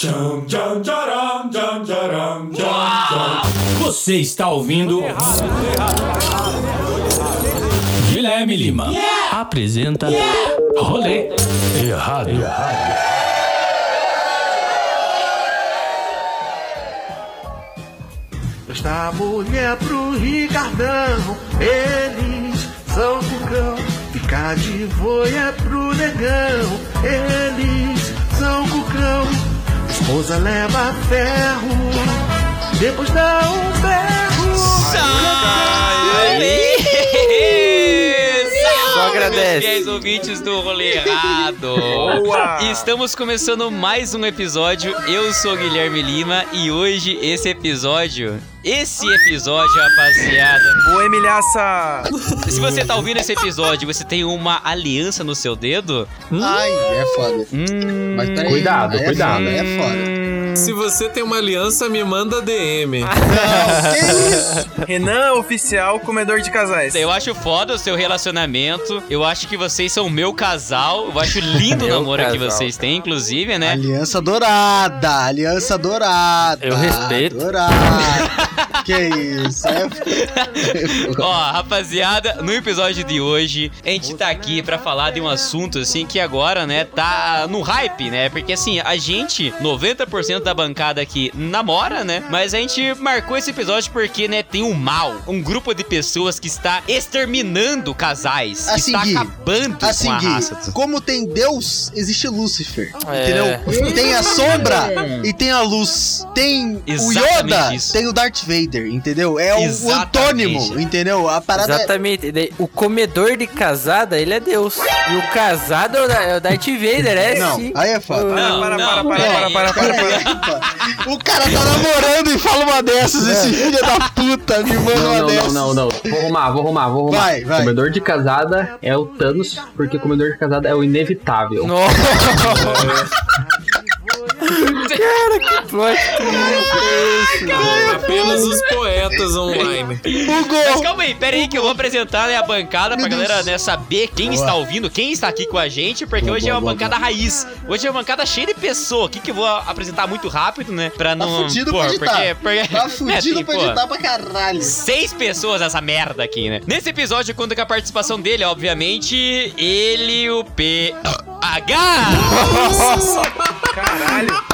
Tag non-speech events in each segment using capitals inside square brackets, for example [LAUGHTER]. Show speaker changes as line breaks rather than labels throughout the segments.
Tcham, tcham, tcharam, tcham, tcharam, tcham, tcham. Você está ouvindo Guilherme Lima apresenta Rolê Errado.
Esta mulher pro Ricardão, eles são cucão. Ficar de voia pro negão, eles são cucão. Esposa leva ferro, depois dá um ferro.
Só
agradece.
Fiéis ouvintes do Rolê Errado.
Boa.
Estamos começando mais um episódio. Eu sou o Guilherme Lima e hoje esse episódio. Esse episódio, rapaziada.
Boa, Emilhaça!
Se você tá ouvindo esse episódio e você tem uma aliança no seu dedo.
Ai, é foda.
Hum,
Mas peraí,
Cuidado,
aí é
cuidado.
foda, aí é foda.
Se você tem uma aliança, me manda DM.
[LAUGHS]
Renan, oficial, comedor de casais.
Eu acho foda o seu relacionamento. Eu acho que vocês são meu casal. Eu acho lindo o
Meu
namoro que
casal.
vocês têm, inclusive, né?
Aliança dourada, aliança dourada.
Eu respeito.
Dourada. que isso, é foda.
Ó, rapaziada, no episódio de hoje, a gente tá aqui pra falar de um assunto assim que agora, né, tá no hype, né? Porque assim, a gente, 90% da bancada aqui namora, né? Mas a gente marcou esse episódio porque, né, tem um mal, um grupo de pessoas que está exterminando casais,
Assim,
está
Gui.
tá acabando
Assim,
com a
Gui,
raça.
como tem Deus, existe Lúcifer.
É.
Entendeu? Tem a sombra e tem a luz. Tem o
Exatamente
Yoda,
isso.
tem o Darth Vader, entendeu? É o, o
Exatamente.
antônimo, entendeu? A parada é-
Exatamente. E daí, O comedor de casada, ele é Deus. E o casado é o Da- é o Darth Vader, é
Não,
sim.
aí é foda.
Não,
para, para,
não,
para,
peraí.
para, para, para, para.
o cara tá namorando e fala uma dessas, esse filho da puta me manda uma
É. Não, não,
dessas.
não, não. Vou arrumar, vou arrumar, vou arrumar.
Vai, vai.
Comedor de casada é o Thanos, porque comedor de casada é o inevitável. [LAUGHS]
Nossa.
Apenas os
[LAUGHS]
poetas online.
Mas calma aí, pera aí que eu vou apresentar né, a bancada pra
Meu
galera
Deus.
né, saber quem está ouvindo, quem está aqui com a gente, porque hoje é uma bancada raiz. Hoje é uma bancada cheia de pessoa aqui que eu vou apresentar muito rápido, né? Pra
Tá
não.
fudido
pô,
pra editar.
porque- porque- [LAUGHS]
Tá
né,
fudido
tem,
pra
pô,
editar pra caralho.
Seis pessoas essa merda aqui, né? Nesse episódio conta com a participação dele, obviamente, ele, o P. H!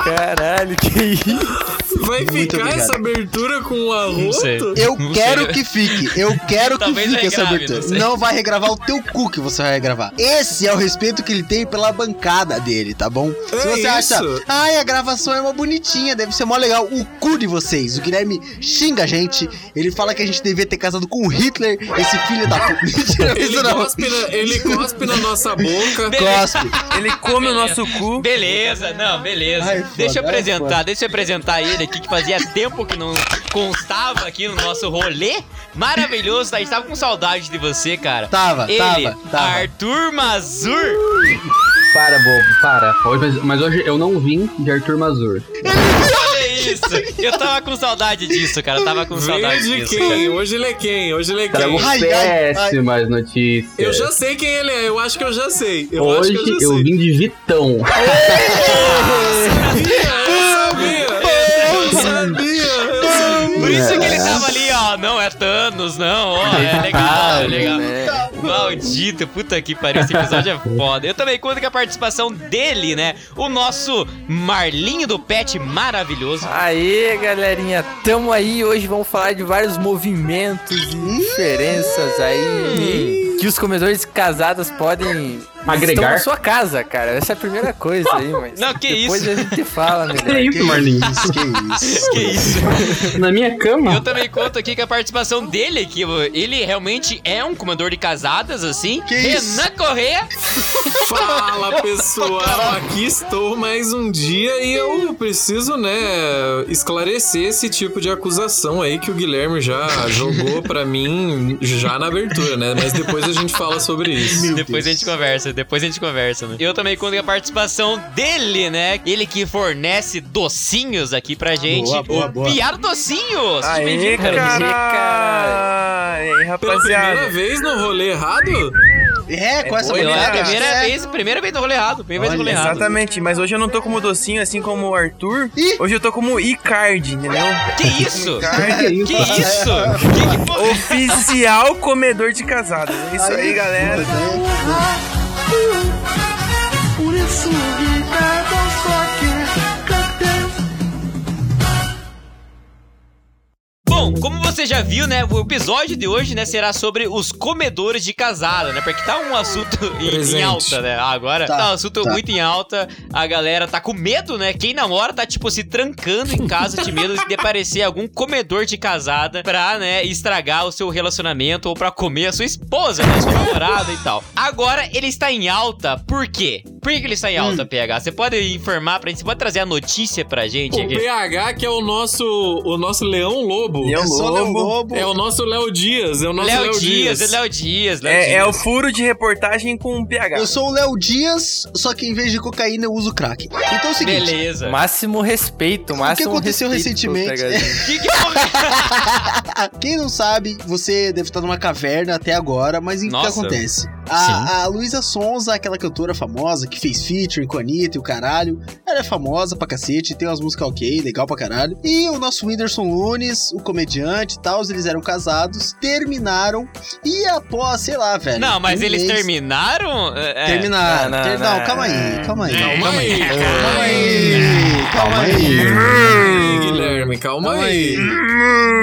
Caralho, que isso?
Vai ficar
obrigado.
essa abertura com o arroto?
Eu
Não sei.
né?
quero que fique, eu quero que
Talvez
fique essa
regrave,
abertura.
não
Não,
sei.
vai regravar o teu cu que você vai regravar. Esse é o respeito que ele tem pela bancada dele, tá bom?
É
Se você acha,
isso.
ai, a gravação é uma bonitinha, deve ser mó legal. O cu de vocês. O Guilherme xinga a gente, ele fala que a gente devia ter casado com o Hitler, esse filho da puta. [LAUGHS] Mentira,
Ele né?
isso não.
cospe, na, ele cospe na nossa boca.
Cospe.
Ele come o nosso cu.
Beleza, não, beleza.
Ai, foda,
deixa eu
ai,
apresentar,
foda.
deixa eu apresentar ele aqui que fazia tempo que não constava aqui no nosso rolê maravilhoso. Tá? A gente tava com saudade de você, cara.
Tava,
ele,
tava, tava.
Arthur Mazur.
Para, bobo, para. Hoje- mas, mas hoje eu não vim de Arthur Mazur.
[LAUGHS] Olha isso. Eu tava com saudade disso, cara. Eu tava com saudade
Veja
disso. cara.
quem. Hoje ele é quem? Hoje ele é
Trago
quem?
Ai, ai,
péssimas notícias.
Eu já sei quem ele é. Eu acho que eu já sei. Eu acho
Hoje
que eu já
eu
sei.
vim de Vitão.
Eu sabia, eu sabia, eu sabia.
Por isso que ele tava ali, ó. Não, é Thanos, não. Ó, é legal, é legal. Maldito, puta que pariu. Esse episódio é foda. Eu também conto com a participação dele, né? O nosso Marlinho do Pet maravilhoso.
Ah, Aê, galerinha, tamo aí. Hoje vamos falar de vários movimentos e diferenças aí que os comedores casadas podem
Agregar.
estão na sua casa, cara. Essa é a primeira coisa aí, mas
Não, que
depois
isso.
a gente fala, né?
Que isso, Marlin?
Isso, que isso.
Que isso?
[LAUGHS] Na minha
Eu
cama?
também conto aqui com a participação dele, que ele realmente é um comandante de casadas, assim.
Que
Renan
isso?
Corrêa.
Fala pessoal, aqui estou mais um dia e eu preciso, né, esclarecer esse tipo de acusação aí que o Guilherme já jogou pra mim já na abertura, né? Mas depois a gente fala sobre isso.
depois a gente conversa, depois a gente conversa, né? Eu também conto com a participação dele, né? Ele que fornece docinhos aqui pra gente.
Boa, boa,
o
boa.
Piar Docinhos. Seja
Aê,
bem-vindo,
cara.
caralho.
Aê,
Pela primeira
rapaziada.
vez no rolê errado?
É, com essa
boi,
Primeira,
mulher.
cara.
primeira
é.
vez, primeira vez no rolê errado. Primeira vez no rolê
Olha,
errado.
Exatamente, mas hoje eu não tô como docinho, assim como o Arthur.
Ih!
Hoje eu tô como Icardi, entendeu?
Que isso?
[LAUGHS] Que
Que isso?
[LAUGHS]
Que, que porra?
Oficial comedor de casadas. É isso aí, galera.
Por isso que cada um só quer cantar.
Bom, como você já viu, né, o episódio de hoje, né, será sobre os comedores de casada, né, porque tá um assunto em,
Presente.
em alta, né, agora, tá,
Tá,
um assunto
tá.
muito em alta, a galera tá com medo, né, quem namora tá, tipo, se trancando em casa de medo de aparecer algum comedor de casada pra, né, estragar o seu relacionamento ou pra comer a sua esposa, né, sua namorada e tal. Agora, ele está em alta, por quê? Por que que ele está em alta, PH? Você pode informar pra gente, você pode trazer a notícia pra gente
O
aqui?
PH, que é o nosso, o nosso leão lobo.
Leão
É só Léo Lobo.
É o nosso Léo Dias, é o nosso
Léo
Léo Dias.
Dias, é Léo Dias, Léo Dias.
É, é o furo de reportagem com um o PH.
Eu sou o Léo Dias, só que em vez de cocaína eu uso crack. Então é o seguinte.
Beleza.
Máximo respeito,
O que
máximo
aconteceu
respeito pro
recentemente? [LAUGHS]
PHzinho.
Que que foi?
Ah, Quem não sabe, você deve estar numa caverna até agora, mas enfim, o que
Nossa.
acontece? A, a Luísa Sonza, aquela cantora famosa que fez featuring com a Anitta e o caralho, ela é famosa pra cacete, tem umas músicas ok, legal pra caralho. E o nosso Whindersson Nunes, o comediante e tal, eles eram casados, terminaram e após, sei lá, velho.
Não, mas
um
eles
mês-
terminaram? É, é.
Terminaram.
Não, não,
ter- não,
não.
calma aí, calma aí.
Calma aí,
Calma
calma aí.
aí, calma aí.
Guilherme, calma aí.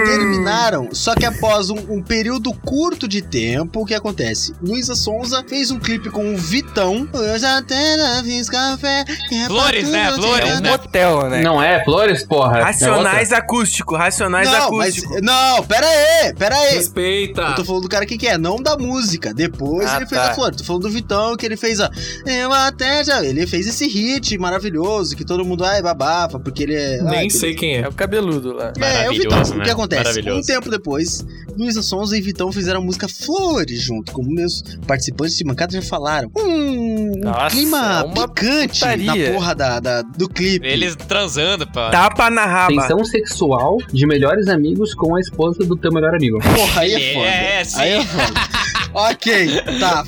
Terminaram, só que após um, um período curto de tempo, o que acontece? Luísa Sonza fez um clipe com o Vitão. Eu já até lá fiz café. que é pra
Flores, né?
tudo
Flores,
tirar-
É um
né?
motel, né?
Não é Flores, porra.
Racionais acústico, racionais
Não, mas,
acústico.
não, pera aí, pera aí. Eu
Respeita.
tô falando do cara que que é, não da música. Depois
Ah,
ele fez
tá.
a flor. Tô falando do Vitão, que ele fez a. Eu até já. Ele fez esse hit maravilhoso que todo mundo ai babafa, porque ele é. ai,
Nem
que-
sei quem
É
é.
o cabeludo lá.
É, eu vi
Maravilhoso,
O
né?
que acontece?
Maravilhoso.
Um tempo depois, Luísa Sonza e Vitão fizeram a música Flores junto, como meus participantes de bancada já falaram. Um, um
Nossa,
clima
é uma
picante
putaria.
na porra da, da- do clipe.
Eles transando,
Tá
pá.
Tapa na raba.
Tensão sexual de melhores amigos com a esposa do teu melhor amigo.
[LAUGHS] Porra, aí é
[LAUGHS] É,
foda.
é, sim.
Aí é foda. ok, tá, vamos lá.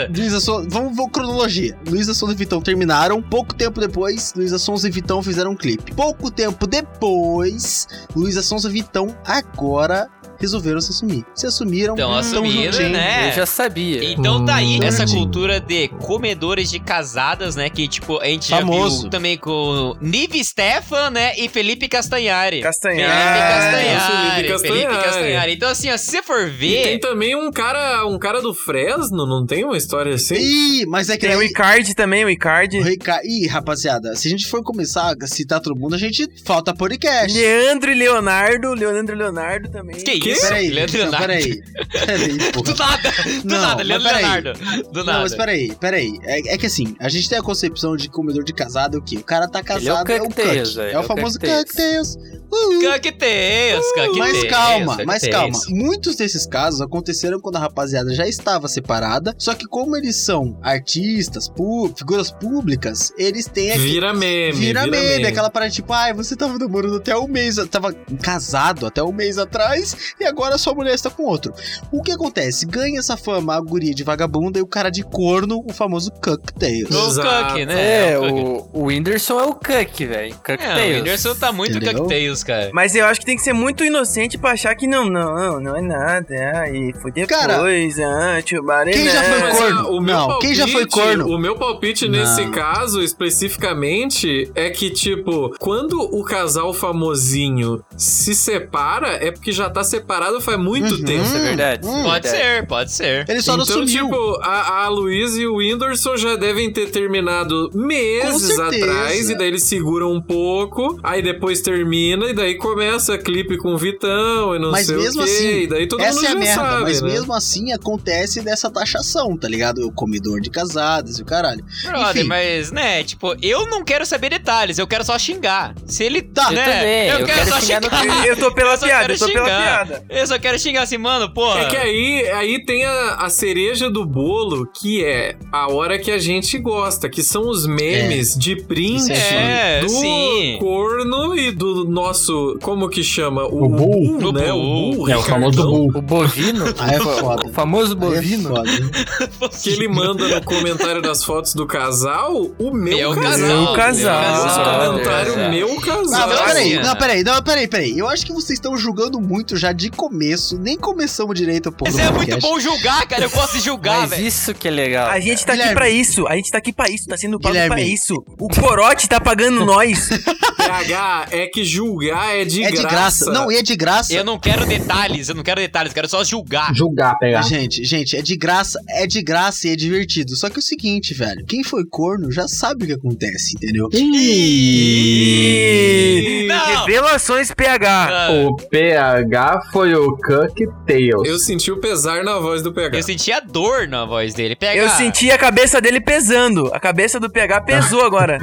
Beleza.
Luísa Sonza, vamos, vamos cronologia. Luísa Sonza e Vitão terminaram. Pouco tempo depois, Luísa Sonza e Vitão fizeram um clipe. Pouco tempo depois, Luísa Sonza e Vitão agora resolveram se assumir. Se assumiram,
Então, assumiram,
juntinhos.
né?
Eu já sabia.
Então tá aí
Hum,
essa
certinho.
cultura de comedores de casadas, né? Que, tipo, a gente já
Famoso.
viu também com Nive Stefan, né? E Felipe Castanhari. Felipe
Castanhar.
Castanhari.
Castanhari.
Felipe
Felipe
Castanhari.
Castanhari. Então, assim, ó, se você for
E tem
ver...
também um cara, um cara do Fresno, não tem uma história assim?
Ih, mas é que
um
Tem o
daí-
Icardi também, o Icardi.
O Rica- Ih, rapaziada, se a gente for começar a citar todo mundo, a gente falta [LAUGHS] podcast.
Leandro e Leonardo, Leandro e Leonardo também.
Que, é isso?
Que?
Peraí,
Leandro
não,
Leonardo.
peraí. [LAUGHS] Peraí,
Do [LAUGHS]
porra.
nada, do
Não,
nada,
mas
Leandro
peraí.
Leonardo. tá Do nada.
Não, mas peraí, peraí. É, é que assim, a gente tem a concepção de comedor de casado é o quê? O cara tá
Ele é o
casado, é o
cocktails,
cuck.
velho,
É o famoso
cocktails.
cocktails. Uhul.
Caqueteias, caqueteias.
Mas calma, mas calma. Muitos desses casos aconteceram quando a rapaziada já estava separada, só que como eles são artistas, pu- figuras públicas, eles têm aqui.
Vira meme.
Vira meme, aquela parada tipo, ai, você tava namorando até um mês, tava casado até um mês atrás e agora sua mulher está com outro. O que acontece? Ganha essa fama a guria de vagabunda e o cara de corno, o famoso cocktail.
O
Exato.
Cuck, né?
É,
o Cuck.
o, o Whindersson é o Cuck, velho.
É, o
Cucktails.
Whindersson tá muito
Entendeu?
cocktails, cara.
Mas eu acho que tem que ser muito inocente pra achar que não, não, não é nada. Ai, foi depois,
Cara,
ah, tio Baré,
quem já
não.
foi
Mas,
corno?
ah, o meu
Não,
palpite,
quem já foi corno?
O meu palpite nesse caso, especificamente, é que, tipo, quando o casal famosinho se separa, é porque já tá separado faz muito
Uhum.
tempo.
Isso é verdade.
Hum,
Pode
Verdade.
ser, pode ser.
Ele só não
então,
sumiu.
tipo, a, a Luiz e o Whindersson já devem ter terminado meses
Com certeza.
atrás, e daí eles seguram um pouco, aí depois termina, e daí começa clipe com o Vitão, e não
Mas
sei
mesmo
o quê,
assim,
e daí todo
Essa
mundo
é a
já
merda,
sabe,
mas
né?
mesmo assim acontece dessa taxação, tá ligado? O comedor de casadas e o caralho.
Brother,
Enfim.
mas, né, tipo, eu não quero saber detalhes, eu quero só xingar. Se ele.
Tá.
né,
Eu também, eu quero
só
xingar no
Eu- Eu tô pela
Eu só
piada,
quero
eu tô pela
xingar.
piada.
Eu só quero xingar assim, mano, porra.
É que aí, aí tem a, a cereja do bolo, que é a hora que a gente gosta, que são os memes de print
Isso é
foda.
do
Sim.
corno e aquele do nosso. Como que chama?
O Bull?
Bull, né?
O
O Bull,
É o famoso
Ricardão,
Bull.
O bovino?
[LAUGHS] Aí é foda.
o famoso
Aí é
bovino?
foda.
Que ele manda no comentário das fotos do casal, o meu
Meu
casal.
casal,
Meu casal.
Nosso comentário,
Meu
meu
Ah,
casal. Assim,
mas
Nossa.
peraí, não, peraí, não, peraí, peraí. Eu acho que vocês estão julgando muito já de começo, nem começamos direito o
Mas
podcast.
é muito bom julgar, cara. Eu gosto de julgar,
Mas
velho.
isso que é legal.
A gente tá aqui
Guilherme.
pra isso. A gente tá aqui pra isso. Tá sendo pago pra
Guilherme.
isso. O corote tá
[LAUGHS]
pagando nós.
PH é que julgar é de
É de
graça.
graça. Não, e é de graça.
Eu não quero detalhes, eu não quero detalhes, eu quero só julgar.
Julgar, pegar.
Gente, gente, é de graça, é de graça e é divertido. Só que é o seguinte, velho, quem foi corno já sabe o que acontece, entendeu?
Ih, Não!
Revelações PH.
Ah,
O PH foi o Cocktails.
Eu senti o pesar na voz do PH.
Eu senti a dor na voz dele. Pega.
Eu senti a cabeça dele pesando. A cabeça do PH pesou agora.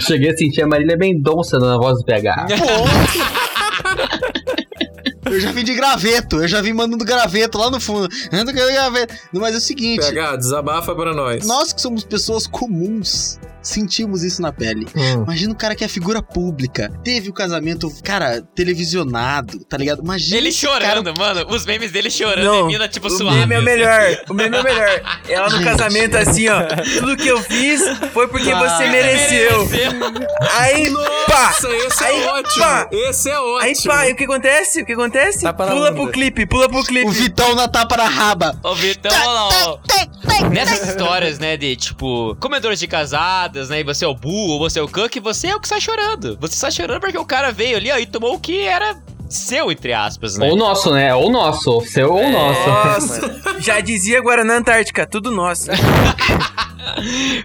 Cheguei a sentir a Marília Mendonça na voz do
Ah,
PH.
[LAUGHS] Eu já vim de graveto, eu já vim mandando graveto lá no fundo. Eu não quero graveto. Não, Mas é o seguinte,
PH, desabafa pra nós.
nós que somos pessoas comuns, sentimos isso na pele.
Hum.
Imagina o cara que é figura pública, teve o casamento, cara, televisionado, tá ligado? Imagina
Ele
esse
chorando, mano. Os memes dele chorando.
Não,
e mina, tipo,
o
suave.
meme é o melhor. O meme é o melhor. Ela no
Gente.
casamento assim, ó. Tudo que eu fiz foi porque
Ah, é
você mereceu. Aí, pá!
Nossa, esse
Aí,
é ótimo.
pá.
Esse é
Aí,
ótimo.
pá, e o que acontece? O que acontece?
Tapa na
Pula
bunda.
pro clipe, pula pro clipe.
O Vitão na tapa na raba.
Ô, Vitão, olha lá, ó. Nessas histórias, né, de tipo, comedores de casadas, né? E você é o Bull, ou você é o Cook, você é o que sai chorando. Você sai chorando porque o cara veio ali, ó, e tomou o que era seu, entre aspas, né?
Ou nosso, né? Ou nosso. Seu
É,
ou nosso.
Nossa, já dizia Guaraná Antártica, tudo nosso.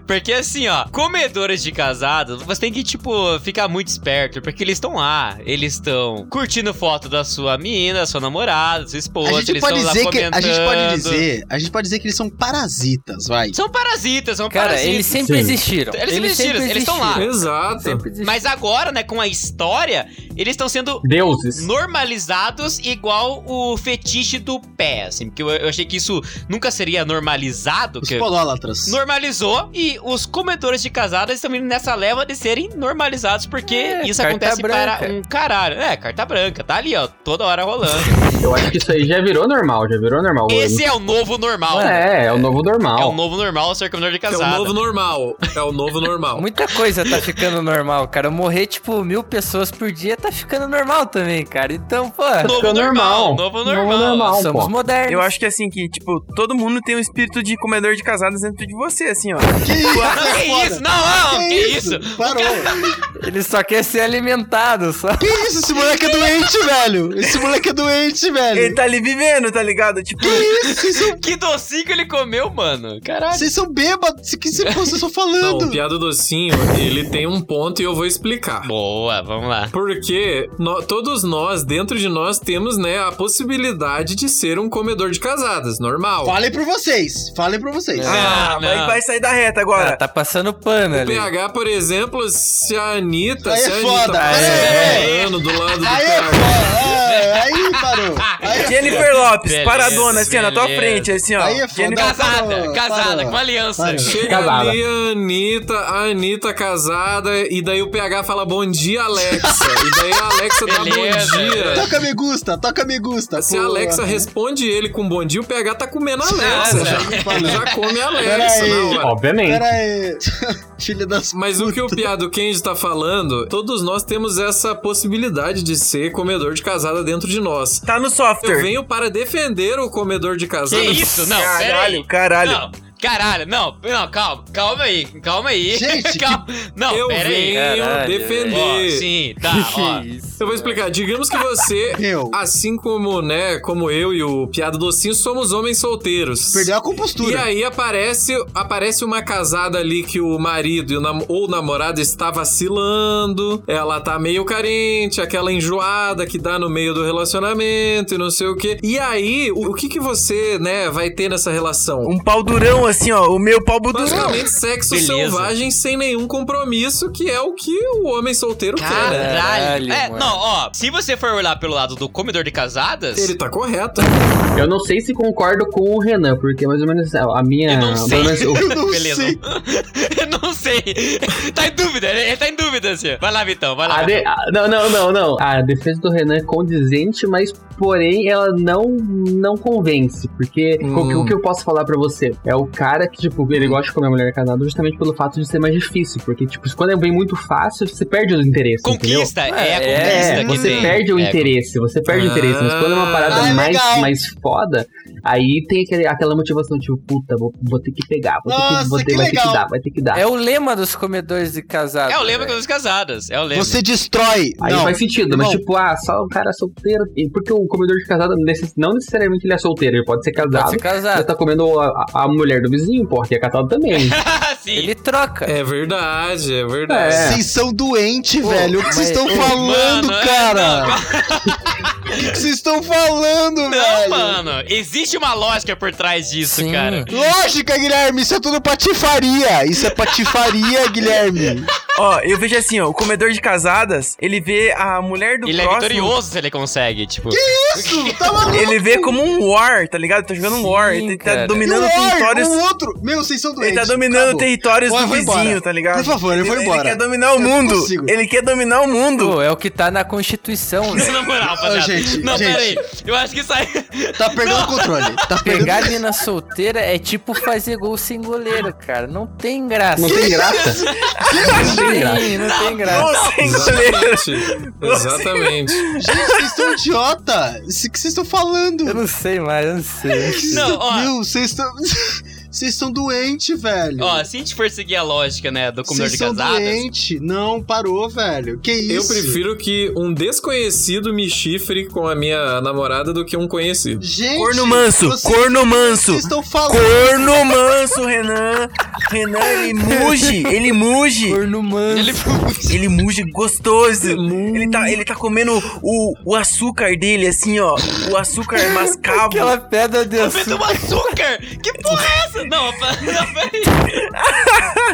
Porque assim, ó, comedores de casados, você tem que, tipo, ficar muito esperto, porque eles estão lá, eles estão curtindo foto da sua mina, da sua namorada, da sua esposa,
A gente
eles
pode
estão lá
dizer que
comentando.
a gente pode dizer, a gente pode dizer que eles são parasitas, vai.
São parasitas, são
Cara,
parasitas.
eles sempre
Sim.
existiram.
Eles sempre existiram, eles estão lá.
Exato.
Sempre existiram.
Mas agora, né, com a história, eles estão sendo
Deuses.
normalizados igual o fetiche do pé, assim, porque eu, eu achei que isso nunca seria normalizado,
Os
que
polólatras.
normalizou e os comedores de casadas estão indo nessa leva de serem normalizados porque
É,
isso
carta
acontece
branca.
para um caralho. É, carta branca, tá ali, ó, toda hora
[LAUGHS]
rolando.
Eu acho é que isso aí já virou normal, já virou normal.
Esse é o novo normal.
é, é o novo
É o
normal.
novo normal ser comedor de
É o
casada.
novo normal. É o novo normal.
Muita coisa tá ficando normal, cara. Morrer, tipo, mil pessoas por dia tá ficando normal também, cara. Então, pô,
novo
Ficou
normal.
normal.
Novo
Novo
normal.
normal. não,
somos
pô.
modernos.
Eu acho que assim, que, tipo, todo mundo tem um espírito de comedor de casadas dentro de você, assim, ó.
Que isso?
Não, que isso? Não, não, que, isso?
Parou.
Ele só quer ser alimentado, [LAUGHS] só.
Que isso? Esse moleque é doente, velho. Esse moleque é doente,
Ele
velho.
tá ali vivendo, tá ligado? Tipo,
Que
[LAUGHS]
isso? Vocês são,
Que docinho que ele comeu, mano. Caralho.
vocês são bêbados. O que vocês vocês estão
Não, o
falando?
piada docinho, ele tem um ponto e eu vou explicar.
Boa, vamos lá.
Porque nó- todos nós, dentro de nós, temos, né, a possibilidade de ser um comedor de casadas, normal.
Falem pra vocês. Falem pra vocês.
ah, vai,
não.
vai sair da reta
Ah,
agora.
tá passando pano ali.
PH, por exemplo, se a Anitta,
Aí
se
é
a
foda,
Anitta
aí
é.
falando do lado do
Aí é
PH,
foda. Ah, Aí parou. Aí é
Jennifer Lopes,
Beleza,
paradona, assim, ó, na tua
beleza.
frente, assim, ó.
Aí é foda.
Jennifer-
Casada,
Parou,
casada,
parou.
com aliança.
Parou.
Chega
Casada.
ali a Anitta, a Anitta casada, e daí o PH fala bom dia, Alexa. e daí a Alexa dá
Beleza.
bom dia.
Toca me gusta, toca me gusta.
é
Se a
Pô.
Alexa responde ele com bom dia, o PH tá comendo a Alexa.
Nossa.
já, ele
né?
já come a Alexa
Peraí.
na hora.
Obviamente.
Pera aí. [LAUGHS] Filha das.
Mas o que o piado Kenji tá falando, todos nós temos essa possibilidade de ser comedor de casada dentro de nós.
Tá no
Eu
software.
venho para defender o comedor de
Que
casada.
isso? Não, pera aí.
Caralho, caralho.
Não, caralho, não, não, calma, calma aí, calma aí. [LAUGHS]
Gente,
calma. Não,
Eu
pera aí.
venho
Caralho,
Ó,
defender.
sim, tá, ó.
Que isso.
Eu vou explicar. Digamos que você,
[LAUGHS] Eu.
assim como, né, como eu e o Piada Docinho, somos homens solteiros.
Perdeu a
E
compostura.
aí aparece, aparece uma casada ali que o marido e o nam- ou o namorado está vacilando, ela tá meio carente, aquela enjoada que dá no meio do relacionamento e não sei o quê. E aí, o, o que que você, né, vai ter nessa relação?
Um pau durão Como assim, ó? O meu pau budurão.
Basicamente, sexo
Beleza.
selvagem sem nenhum compromisso, que é o que o homem solteiro quer. né?
Caralho.
Caralho,
É,
mano.
não, ó. Se você for olhar pelo lado do comedor de casadas.
Ele tá correto.
Eu não sei se concordo com o Renan, porque mais ou menos é, a minha.
Eu não sei.
pelo menos
[LAUGHS]
o-
Eu não
Beleza.
sei.
eu não sei. Tá em dúvida, ele ele tá em dúvida, assim. Vai lá, Vitão, vai lá.
a de- a- não, não, não, não. A defesa do Renan é condizente, mas porém ela não não convence. Porque
Hum.
o, que- o que eu posso falar pra você? É o cara que, tipo, ele gosta de comer a mulher casada justamente pelo fato de ser mais difícil. Porque, tipo, quando vem muito fácil, você perde o interesse. entendeu?
Conquista, é, a
É,
conquista
É,
que
você
tem.
perde o
É,
interesse, você perde o
Ah,
interesse. Mas quando é uma parada
ah, é
mais,
legal.
mais foda, aí tem aquele- aquela motivação, tipo, puta, vou, vou ter que pegar, vou ter
Nossa,
que, vou ter,
que
vai ter
legal.
que dar, vai ter que dar.
É o lema dos comedores de né? casados.
É o lema
velho.
das casadas. É o lema. [LAUGHS]
Você destrói.
Aí
não.
faz sentido, mas
Não.
tipo, ah, só o cara solteiro. e Porque o comedor de casada, necess- não necessariamente ele é solteiro, ele pode ser casado.
Pode ser
Ele
casado.
tá comendo a, a mulher do vizinho, porra, que é casado também.
Ah, Sim.
Ele troca.
É verdade, é verdade.
É.
Vocês são doentes,
Pô,
velho. O que vocês
mas-
estão
Ô,
falando,
mano, é,
[LAUGHS] cara? O que que vocês estão falando,
Não,
é um velho?
mano. Existe uma lógica por trás disso,
Sim.
cara.
Lógica, Guilherme, isso é tudo patifaria. Isso é
[LAUGHS]
patifaria, Guilherme.
Ó, eu vejo assim, ó. O comedor de casadas, ele vê a mulher do
Ele é
próximo...
vitorioso se ele consegue, tipo.
Isso, tá maluco.
ele vê como um war, tá ligado? Tá jogando um war.
Sim,
Ele tá
cara.
É. E
dominando
o War,
territórios...
o outro. Meu, vocês são doentes.
Ele tá dominando
Acabou.
territórios
Ó, eu
do
vou embora.
vizinho, tá ligado?
Por favor, eu vou
Ele-
embora.
Ele quer dominar o
Eu não
mundo.
consigo.
Ele quer dominar o mundo.
Pô, é o que tá na Constituição,
[LAUGHS]
né? velho.
Na moral, rapaziada.
gente,
não,
gente.
peraí. Eu acho que sai.
Tá perdendo o controle. Tá perdendo.
Pegar mina solteira é tipo fazer gol sem goleiro, cara. Não tem graça.
Não tem graça.
Não tem, não tem graça.
Nossa, hein, goleiro?
Exatamente. [LAUGHS] Exatamente.
Gente, vocês estão idiota. Isso que vocês estão falando.
Eu não sei mais, eu não sei.
Não, ó.
Meu, vocês estão. Vocês estão doentes, velho.
Ó, se a gente for seguir a lógica, né, do comedor
Vocês
de
são
casadas.
doente. Não, parou, velho. Que isso?
Eu prefiro que um desconhecido me chifre com a minha namorada do que um conhecido.
Gente,
Corno manso,
vocês-
corno manso.
Vocês estão falando.
Corno manso, Renan. Renan,
[LAUGHS]
ele muge, ele muge.
Corno manso.
Ele
Ele muge gostoso. Ele tá, ele tá comendo o, o açúcar dele, assim, ó. O açúcar mascavo.
Aquela pedra de
fez
açúcar.
um açúcar! Que porra é essa? Não, pa- não, peraí.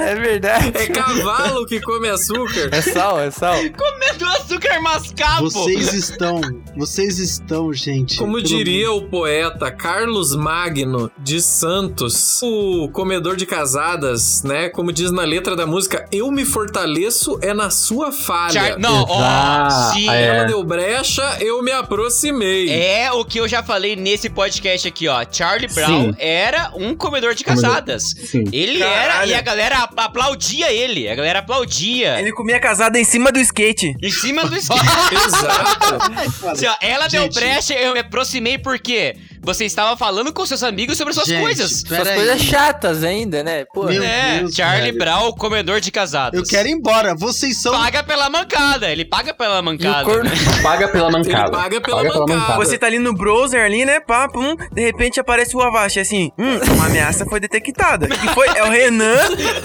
É verdade.
É cavalo que come açúcar.
É sal, é sal.
Comendo um açúcar mascavo.
Vocês estão. Vocês estão, gente.
Como
pelo
diria o poeta Carlos Magno de Santos, o comedor de casadas, né? Como diz na letra da música, eu me fortaleço é na sua falha.
Char- Não, ó.
Exato,
Se
é.
Ela deu brecha, eu me aproximei.
Ah, É o que eu já falei nesse podcast aqui, ó. Charlie Brown
Sim.
era um comedor de
Comedor.
casadas.
Sim.
Ele era
Caralho.
e a galera a- aplaudia ele. A galera aplaudia.
É.
Ele comia casada em cima do skate.
Em cima do esquema.
[LAUGHS] Exato.
Assim, ó, ela deu
Gente.
brecha, eu me aproximei porque você estava falando com seus amigos sobre suas
Gente,
coisas.
pera
Essas
aí.
coisas chatas ainda, né? Pô,
Meu
é,
Deus,
Charlie
velho.
Brown, o comedor de casadas.
Eu quero então- ir embora. Vocês são.
Paga pela mancada, ele paga pela
e o
mancada.
corno...
Paga pela mancada.
paga pela mancada.
Você tá ali no browser ali, né? Papo, hum, de repente aparece o Avast assim, hum, uma ameaça foi detectada. Que foi? É o Renan,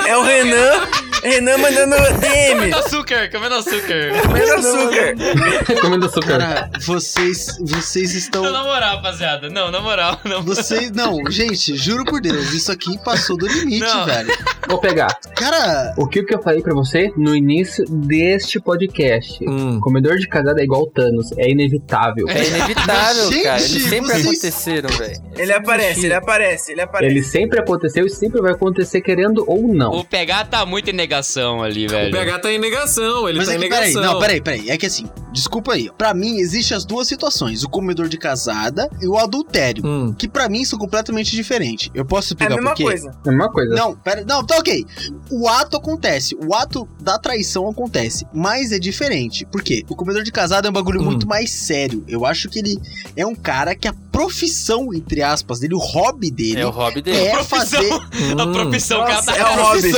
é o Renan, Renan mandando DM,
Comendo açúcar, comendo
[LAUGHS]
açúcar.
comendo açúcar.
Comendo açúcar.
Cara, vocês. Vocês estão.
Não, na moral, rapaziada. Não, na moral. Não.
Vocês. Não, gente, juro por Deus, isso aqui passou do limite,
Não.
velho.
Vou pegar.
Cara,
O que, que eu falei pra você no início deste podcast?
Hum.
Comedor de casada é igual o Thanos, é inevitável.
É inevitável,
Gente,
cara. Eles sempre
vocês-
aconteceram, velho.
Ele aparece, ele aparece, ele aparece.
Ele sempre aconteceu e sempre vai acontecer querendo ou não.
O PH tá muito em negação ali, velho.
O PH tá em negação, ele
mas
tá
é
em
que, peraí,
negação.
não, peraí, peraí. É que assim, desculpa aí. ó. Pra mim, existem as duas situações: o comedor de casada e o adultério.
Hum.
Que pra mim são completamente diferentes. Eu posso
É a
explicar por
mesma
quê?
coisa.
É a mesma coisa.
Não, pera, não, tá ok. O ato acontece, o ato da traição acontece, mas é diferente. Por quê? O comedor de casado é um bagulho
Hum.
muito mais sério. Eu acho que ele é um cara que a profissão, entre aspas, dele, o hobby dele,
É o hobby dele.
é
Profissão.
fazer.
A
Hum.
profissão, cara.
Nossa,
Tá...
é o hobby.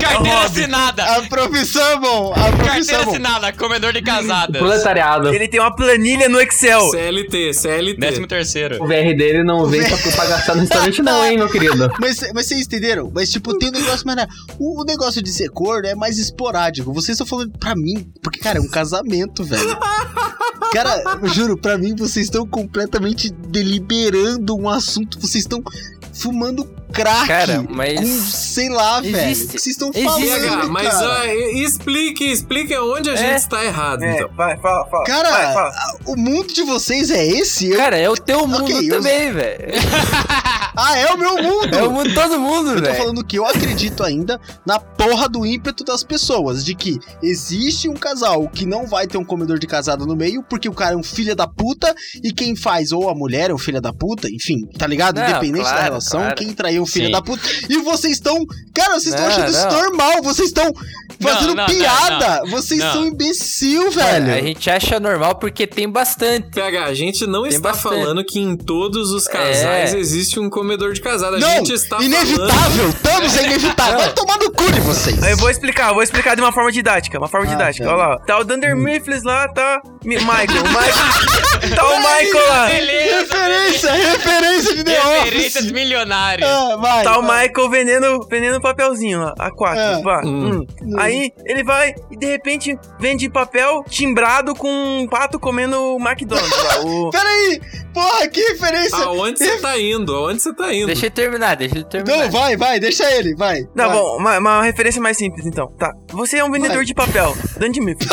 Carteira assinada.
A profissão, é bom. A
Carteira
profissão, bom.
assinada, comedor de
O
casadas.
proletariado.
Ele tem uma planilha no
é
Excel.
CLT, CLT.
Décimo terceiro.
O VR dele não vem pra, pra gastar no restaurante, não, hein, meu querido?
Mas, mas vocês entenderam? Mas, tipo, tem um negócio mais. O, o negócio de ser corno é mais esporádico. Vocês estão falando pra mim, porque, cara, é um casamento, velho. Cara, eu juro, pra mim, vocês estão completamente deliberando um assunto. Vocês estão fumando crack.
Cara, mas-
Com, sei lá, velho. O que
Existe-
vocês estão
existe-
falando,
PH, mas
cara?
ah, e- explique, explique onde a gente está errado,
É,
então.
vai, fala, fala.
Cara,
vai, fala.
o mundo de vocês é esse? Eu-
Cara, é o teu mundo
eu-
também, velho.
[LAUGHS] Ah, é o meu mundo!
É o mundo de todo mundo,
Eu tô
velho.
falando que eu acredito ainda na porra do ímpeto das pessoas, de que existe um casal que não vai ter um comedor de casado no meio, porque o cara é um filho da puta, e quem faz, ou a mulher é um filho da puta, enfim, tá ligado?
Não,
Independente da
claro,
relação,
claro.
quem traiu é um filho
Sim.
da puta. E vocês estão. Cara, vocês estão
Não,
achando isso
não.
normal, vocês estão
não,
fazendo
não,
piada! Vocês
Não.
são imbecil, velho!
Mano, a gente acha normal porque tem bastante.
PH, a gente não
Tem
está
bastante.
falando que em todos os casais
É.
existe um comedor de casado. A
Não!
gente está falando...
Inevitável! Thanos é inevitável! Vai tomar no cu de vocês!
Eu vou explicar, eu vou explicar de uma forma didática, uma forma
Ah,
didática.
tá.
Olha lá, tá o Dunder Mifflin lá, tá Mi- Michael, Michael,
Então
tá o Michael lá,
Referência! Referência de The Office!
Referências milionárias.
Ah, vai,
tá o
vai.
Michael vendendo, vendendo um papelzinho lá, A4,
É.
pá,
Hum.
hum. Aí ele vai e de repente vende papel timbrado com um pato comendo um McDonald's lá,
[LAUGHS]
o...
Peraí! Porra, que referência!
Aonde você está indo? Aonde você está indo?
Deixa eu terminar, deixa eu terminar.
Não, Então vai, vai, deixa ele, vai.
Tá
vai.
bom, uma, uma referência mais simples então. Tá, você é um vendedor
Vai.
de papel, Dunder Mifflin.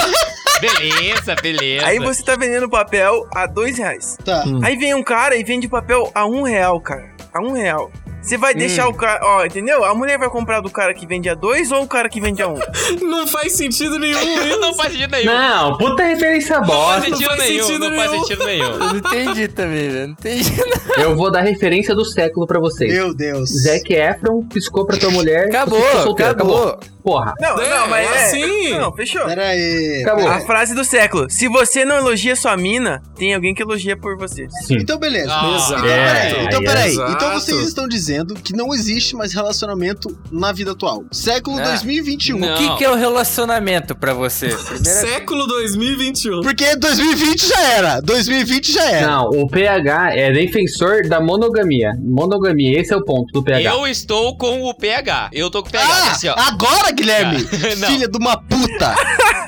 Beleza, beleza.
Aí você tá vendendo papel a dois reais.
Tá.
Aí vem um cara e vende papel a um real, cara. A um real. Você vai deixar o cara. Ó, entendeu? A mulher vai comprar do cara que vende a dois ou o cara que vende a um?
Não faz sentido nenhum isso.
Não faz sentido nenhum.
Não, puta referência
faz
bosta.
sentido
não faz
nenhum,
sentido
não faz
nenhum.
sentido nenhum.
Eu não entendi também, velho. Não entendi.
[LAUGHS]
Eu vou dar referência do século pra vocês.
Meu Deus.
Zac Efron piscou pra tua mulher.
Acabou,
você ficou solteiro.
acabou.
Porra.
Não,
É,
não, mas
é
é.
assim.
Não, fechou.
Pera aí.
Acabou.
A frase do século: Se você não elogia sua mina, tem alguém que elogia por você.
Então, beleza.
Ah,
então,
exato.
peraí. Então,
Aí,
peraí.
exato.
Então, vocês estão dizendo que não existe mais relacionamento na vida atual. Século
É.
2021.
Não.
O que, que é o relacionamento
[LAUGHS]
pra você? Primeira...
Século 2021.
Porque 2020 já era. 2020 já era.
Não, o PH é defensor da monogamia. Monogamia, esse é o ponto do PH.
Eu estou com o PH. Eu tô com o PH. assim, ó.
Ah, agora, Guilherme!
Ah, não.
Filha de uma puta!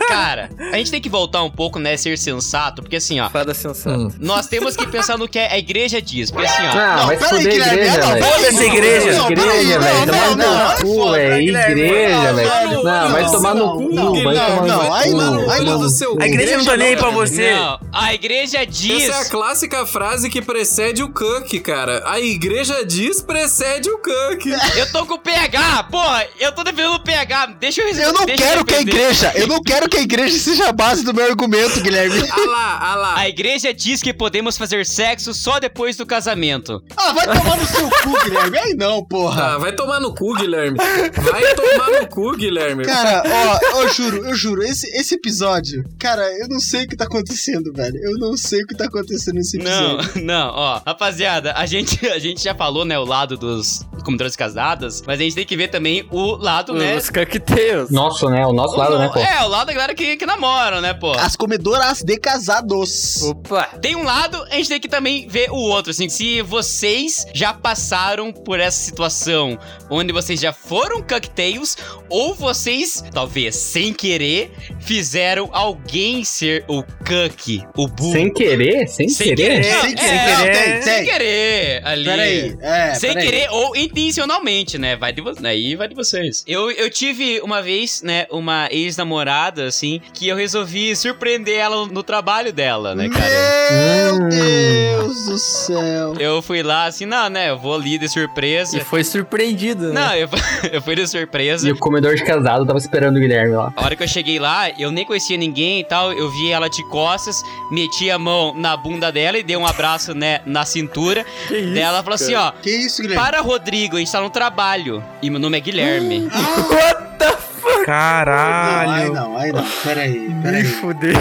Cara, a gente tem que voltar um pouco, né? Ser sensato, porque assim, ó.
Fada sensata.
Nós temos que pensar no que a igreja diz. Porque assim, ó.
Ah, vai se fuder igreja,
Ah, não,
velho.
peraí,
Foda-se,
não,
igreja.
não, peraí,
Igreja,
não,
velho.
não,
Tomar
não,
no cu,
foda,
velho.
Guilherme.
Igreja,
Não,
velho.
não,
Ah,
Não, vai
não,
tomar
não,
no cu,
não,
vai
não,
tomar
não, aí não,
no cu.
aí
Vai
não.
tomar
do
no
seu
A igreja não tá
Hum.
nem aí pra você.
Não, a igreja diz.
Essa é a clássica frase que precede o Cuck, cara. A igreja diz precede o
[LAUGHS]
Cuck.
Eu tô com o PH, porra! Eu tô defendendo o PH, deixa eu
Eu não
deixa
quero que a
defender.
igreja, eu não quero que a igreja seja a base do meu argumento, Guilherme.
Ah lá, ah lá.
A igreja diz que podemos fazer sexo só depois do casamento.
[LAUGHS] Ah, vai tomar no seu cu, Guilherme. Aí não, porra.
Ah, vai tomar no cu, Guilherme. Vai tomar no cu, Guilherme.
Cara, ó, eu juro, eu juro, esse, esse episódio, cara, eu não sei o que tá acontecendo, velho. Eu não sei o que tá acontecendo nesse
Não, [LAUGHS]
episódio.
não, ó. Rapaziada, a gente, a gente já falou, né, o lado dos comedores casados, mas a gente tem que ver também o lado, né?
Os coqueteus.
Nosso, né? O nosso lado, né, pô? Ah.
É, o lado da galera que, que namora, né, pô?
As comedoras de casados.
Opa.
Tem um lado, a gente tem que também ver o outro, assim, se vocês já passaram por essa situação onde vocês já foram cocktails ou vocês, talvez sem querer, fizeram alguém ser o cuck, o burro.
Sem querer? Sem,
Sem
querer?
querer.
Sem
é,
querer,
é,
não,
é,
tem,
Sem
tem.
querer, ali.
Peraí, é,
Sem
peraí.
querer ou intencionalmente, né? Vai de vocês. Aí vai de vocês. Eu, eu tive uma vez, né, uma ex-namorada, assim, que eu resolvi surpreender ela no trabalho dela, né, cara?
Meu Deus do céu.
Eu fui lá assim, não, né? Eu vou ali de
E
surpresa.
foi surpreendido, né?
Não, eu, eu fui [LAUGHS] de surpresa.
E o comedor de casado tava esperando o Guilherme lá.
A hora que eu cheguei lá, eu nem conhecia ninguém e tal. Eu vi ela de costas, meti a mão na bunda dela e dei um abraço, né, na cintura.
Que isso,
dela ela falou assim, ó.
Que isso, Guilherme?
Para Rodrigo, a gente tá no trabalho. E meu nome é Guilherme.
Não, aí
Caralho.
não, aí não. Peraí, peraí.
fudeu.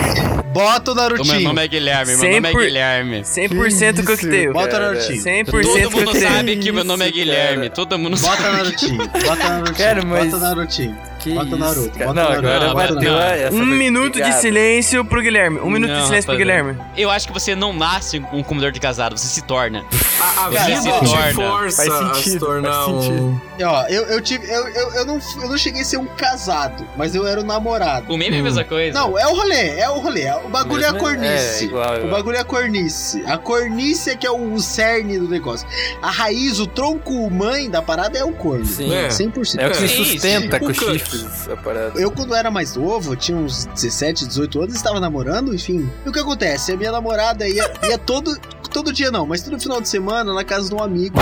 Bota o
O meu
Narutinho.
nome é Guilherme, meu
Cem
nome é
por-
Guilherme.
100% coquetel.
Bota o
cara.
Narutinho.
100%
Todo mundo
coquetel.
sabe que meu nome é
Isso,
Guilherme.
cara.
Todo mundo sabe.
[LAUGHS]
Bota Narutinho, bota Narutinho,
Cara, mas-
bota Narutinho.
Que
Bota o
isso,
Naruto,
cara.
bota
Não,
o Naruto.
agora
Não,
bateu
não.
essa
Um
foi
minuto de
complicada.
silêncio pro Guilherme. Um minuto de
Não,
silêncio pro
rapaziada.
Guilherme.
Eu acho que você não nasce um comedor de casado, você se torna.
A, a
Cara,
vida
se torna.
te força
Faz
a se
sentido,
tornar
faz sentido.
um...
E, Ó, eu, eu tive. Eu, eu, eu, não, eu não cheguei a ser um casado, mas eu era um namorado.
O meme é a mesma coisa.
Não, é o rolê, é o rolê. é o- o bagulho é a
Mesmo-
cornice.
é, igual,
O
igual.
bagulho é a cornice. A cornice é que é o cerne do negócio. A raiz, o tronco mãe da parada é o corno.
Sim.
É.
100%.
É o que
Sim,
sustenta
sim.
com
O cut.
chifres a parada.
Eu, quando era mais novo, eu tinha uns 17, 18 anos, estava namorando, enfim. E o que acontece? A minha namorada ia, ia todo. Todo dia não, mas todo final de semana na casa de um amigo.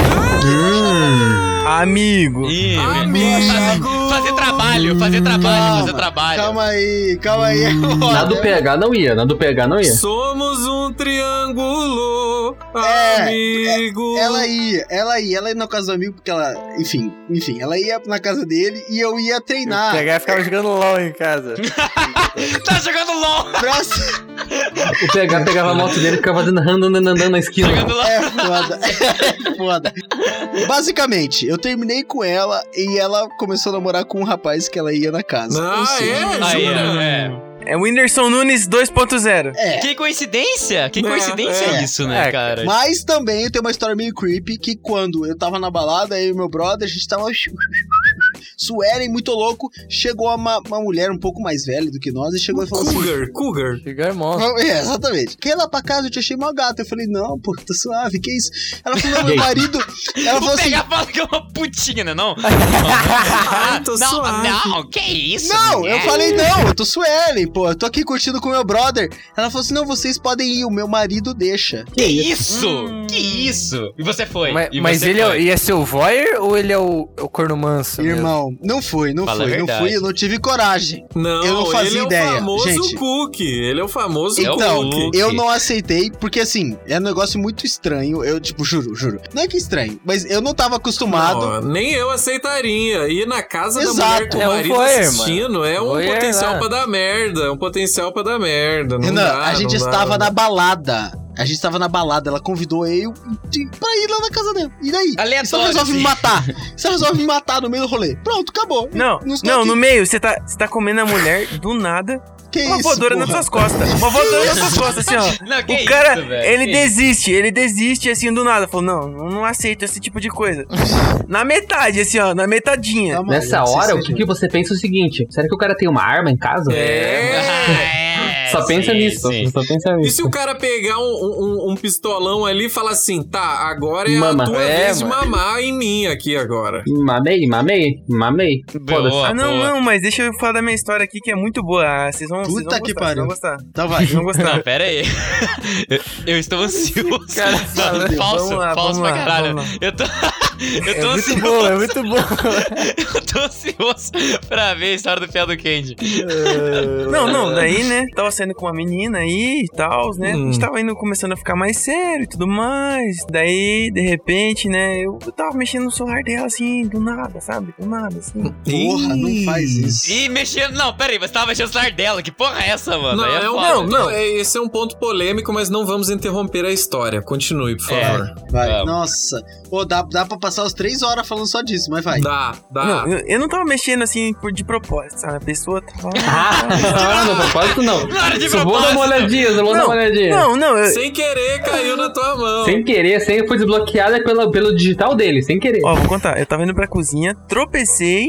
Amigo.
Ih,
Amigo!
Fazer trabalho, fazer trabalho, fazer trabalho.
Calma aí, calma aí.
Na do PH não ia, na do PH não ia.
Somos um triângulo,
É,
amigo.
Ela ia, ela ia, ela ia na casa do amigo, porque ela. Enfim, enfim, ela ia na casa dele e eu ia
O
treinar.
PH ficava jogando LOL em casa.
Tá jogando LOL,
Pra ser
O PH pegava a moto dele e ficava fazendo andando andando na esquina.
Tá jogando LOL.
É foda, é foda. Basicamente, eu terminei com ela e ela começou a namorar com um rapaz que ela ia na casa.
Ah,
Ou seja,
é?
Aí,
Jura?
é.
É Whindersson Nunes 2.0.
é.
Que coincidência! Que
É,
coincidência é,
é.
isso, né,
É,
cara?
Mas também tem uma história meio creepy que quando eu tava na balada, eu e meu brother, a gente tava. [LAUGHS] Suerem, muito louco. Chegou uma, uma mulher um pouco mais velha do que nós e chegou e falou assim.
Cougar, Cougar.
Ficar monstro.
"Vamos-" É, exatamente. Quem lá pra casa eu te achei mó gata. Eu falei, não, pô, tá suave, que isso? Ela falou, não, meu marido. Ela falou
O
assim,
PH fala que é uma putinha, né? Não,
Ai, tô
não,
suave.
não, que isso?
Não, eu
mulher?
falei não, eu tô Suelen, pô, eu tô aqui curtindo com meu brother. Ela falou assim: não, vocês podem ir, o meu marido deixa.
Que isso?
Hum.
Que isso? E você foi.
Mas,
e
mas
você
ele, é, o-
foi.
ele é seu voyeur ou ele é o, o corno manso? mesmo?
Irmão, não foi, não
Fala a
foi, não
verdade.
fui, eu não tive coragem.
Não,
Eu não fazia
ele é
ideia,
o famoso
gente.
Cook. Ele é o famoso
É o
Então,
Hulk.
eu não aceitei, porque assim, é um negócio muito estranho. Eu, tipo, juro, juro. Não é que estranho, mas eu não tava acostumado.
Não, nem eu aceitaria. Ir na casa da
Exato.
mulher com o
É um
marido
voyeur,
assistindo é um
Voyeur,
potencial
né?
pra dar merda. É um potencial pra dar merda. Não
Renan,
dá,
a gente
não dá,
estava na
não dá.
balada. A gente estava na balada, ela convidou eu de- pra ir lá na casa dela. E daí?
Aleatório,
Você resolve me
assim.
matar. Você resolve me matar no meio do rolê. Pronto, acabou.
Não,
estou
não,
aqui.
no meio, você tá, você tá comendo a mulher do nada.
Que
Uma
isso,
voadora nas
porra?
suas costas. Uma voadora nas suas costas, assim, ó.
Não, [LAUGHS] que
o cara,
isso, velho?
ele
Que
desiste, ele desiste assim do nada. Falou, não, eu não aceito esse tipo de
[LAUGHS]
coisa. na metade, assim, ó, na metadinha.
Calma aí,
Nessa
não sei se
hora,
é
o que,
de-
que você pensa é o seguinte: será que o cara tem uma arma em casa?
Ah,
É,
Só pensa
sim,
nisso,
sim.
só pensa
E se
nisso.
o cara pegar um, um- um pistolão ali e falar assim, tá, agora é
Mama.
a tua
É,
vez
mano.
de mamar em mim aqui agora.
Mamei, mamei, mamei. Foda-se.
Boa,
Ah, não,
boa.
não, mas deixa eu falar da minha história aqui que é muito boa. Ah, Vocês vão, vocês
Puta
vão gostar,
que
vocês
pariu.
vão gostar.
Então vai.
Vocês vão gostar.
Não, pera aí. [LAUGHS] Eu, eu estou ansioso.
Cara,
não,
falando-
falso,
Vamos lá,
falso
vamos
pra
lá,
caralho.
vamos lá.
Eu tô, [LAUGHS] eu
É
tô
muito
ansioso.
bom, é muito bom.
[LAUGHS] Eu tô ansioso pra ver a história do pé do Candy.
Não, não, daí, né? Tava saindo com uma menina aí e tal, né? A
Hum.
gente tava indo começando a ficar mais sério e tudo mais. Daí, de repente, né? Eu, eu tava mexendo no celular dela assim, do nada, sabe? Do nada, assim.
Porra, não faz isso.
E mexendo. Não, pera aí, você tava mexendo o celular dela. Que porra é essa, mano?
Não,
Aí é
é um,
foda.
né?
não, não, é- esse é um ponto polêmico, mas não vamos interromper a história. Continue, por
É.
favor.
Vai.
Vamos.
Nossa. Pô, dá, dá pra passar umas três horas falando só disso, mas vai.
Dá, dá.
Não, eu, eu não tava mexendo assim por, de propósito, sabe? A pessoa tava.
[LAUGHS] Ah, não, não, propósito não.
Não era de
Só vou dar uma
propósito.
olhadinha, só vou dar uma olhadinha.
Não, não, eu.
Sem querer, caiu na tua mão.
Sem querer, sem foi desbloqueada pela, pelo digital dele, sem querer.
Ó, vou contar. Eu tava indo pra cozinha, tropecei.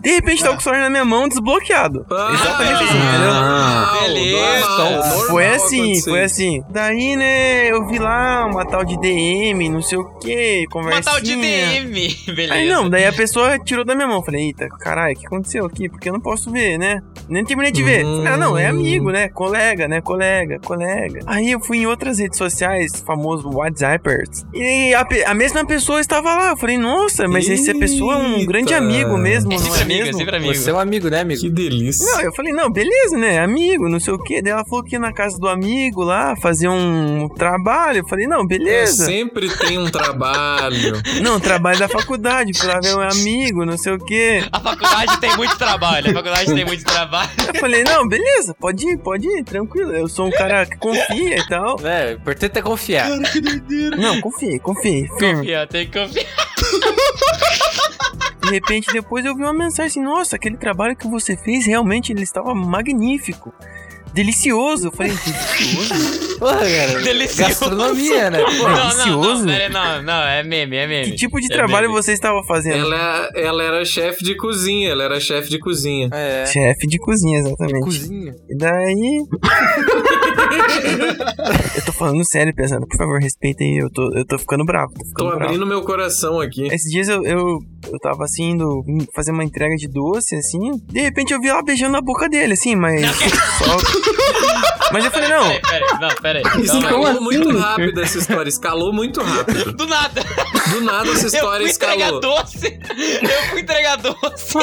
De repente
Ah.
tava com o celular na minha mão, desbloqueado.
Ah,
Exatamente assim,
normal,
entendeu? Então,
Beleza.
normal
Foi assim,
acontecer.
foi assim. Daí, né, eu vi lá uma tal de DM, não sei o que, conversinha.
Uma tal de DM. [LAUGHS] Beleza.
Aí É, não, [LAUGHS] daí a pessoa tirou da minha mão. Falei, eita, caralho, o que aconteceu aqui? Porque eu não posso ver, né? Nem terminei de ver.
Hum.
Falei, ah, não, é amigo, né? Colega, né? Colega, colega. Aí eu fui em outras redes sociais, famoso WhatsAppers. E a, pe- a mesma pessoa estava lá. Eu falei, nossa, mas essa
Eita.
pessoa é um grande amigo mesmo,
É
não
sempre
é
amigo, é
mesmo?
sempre amigo.
Você é um amigo, né, amigo?
Que delícia.
Não, eu falei, não, beleza, né? Amigo, não sei o quê. Daí ela falou que ia na casa do amigo lá, fazer um trabalho. Eu falei, não, beleza.
Sempre tem um trabalho.
Não, trabalho da faculdade, fui
[LAUGHS]
lá ver um amigo, não sei o quê.
A faculdade tem muito trabalho. A faculdade tem muito trabalho.
Eu falei, não, beleza, pode ir, pode ir, tranquilo. Eu sou um cara que confia e tal.
É, o importante é confiar.
Não, confiei, confiei, firme.
Confia, tem que confiar.
De repente, depois eu vi uma mensagem assim, nossa, aquele trabalho que você fez, realmente, ele estava magnífico. Delicioso. Eu falei, delicioso?
Porra, cara.
Delicioso.
Gastronomia, né?
Não, não, não,
é Delicioso.
pera aí, não, não, é meme, é meme.
Que tipo de
É
trabalho
meme.
você estava fazendo?
Ela, é, ela era chefe de cozinha, ela era chefe de cozinha.
É.
Chefe de cozinha, exatamente.
Cozinha.
E daí. [LAUGHS] Eu tô falando sério, pesado. Por favor, respeitem. Eu tô, eu tô ficando bravo. Tô
Tô
Então,
ficando bravo.
abrindo meu coração aqui.
Esses dias eu, eu, eu tava assim, indo fazer uma entrega de doce, assim. De repente eu vi ela beijando na boca dele, assim, mas. só- Mas eu falei, não,
Peraí, peraí,
[LAUGHS]
não, é assim? peraí. Calma aí.
Escalou muito rápido essa história. Escalou muito rápido.
Do nada.
Do nada essa
Eu
história
fui entregar
escalou.
doce. Eu fui entregar doce.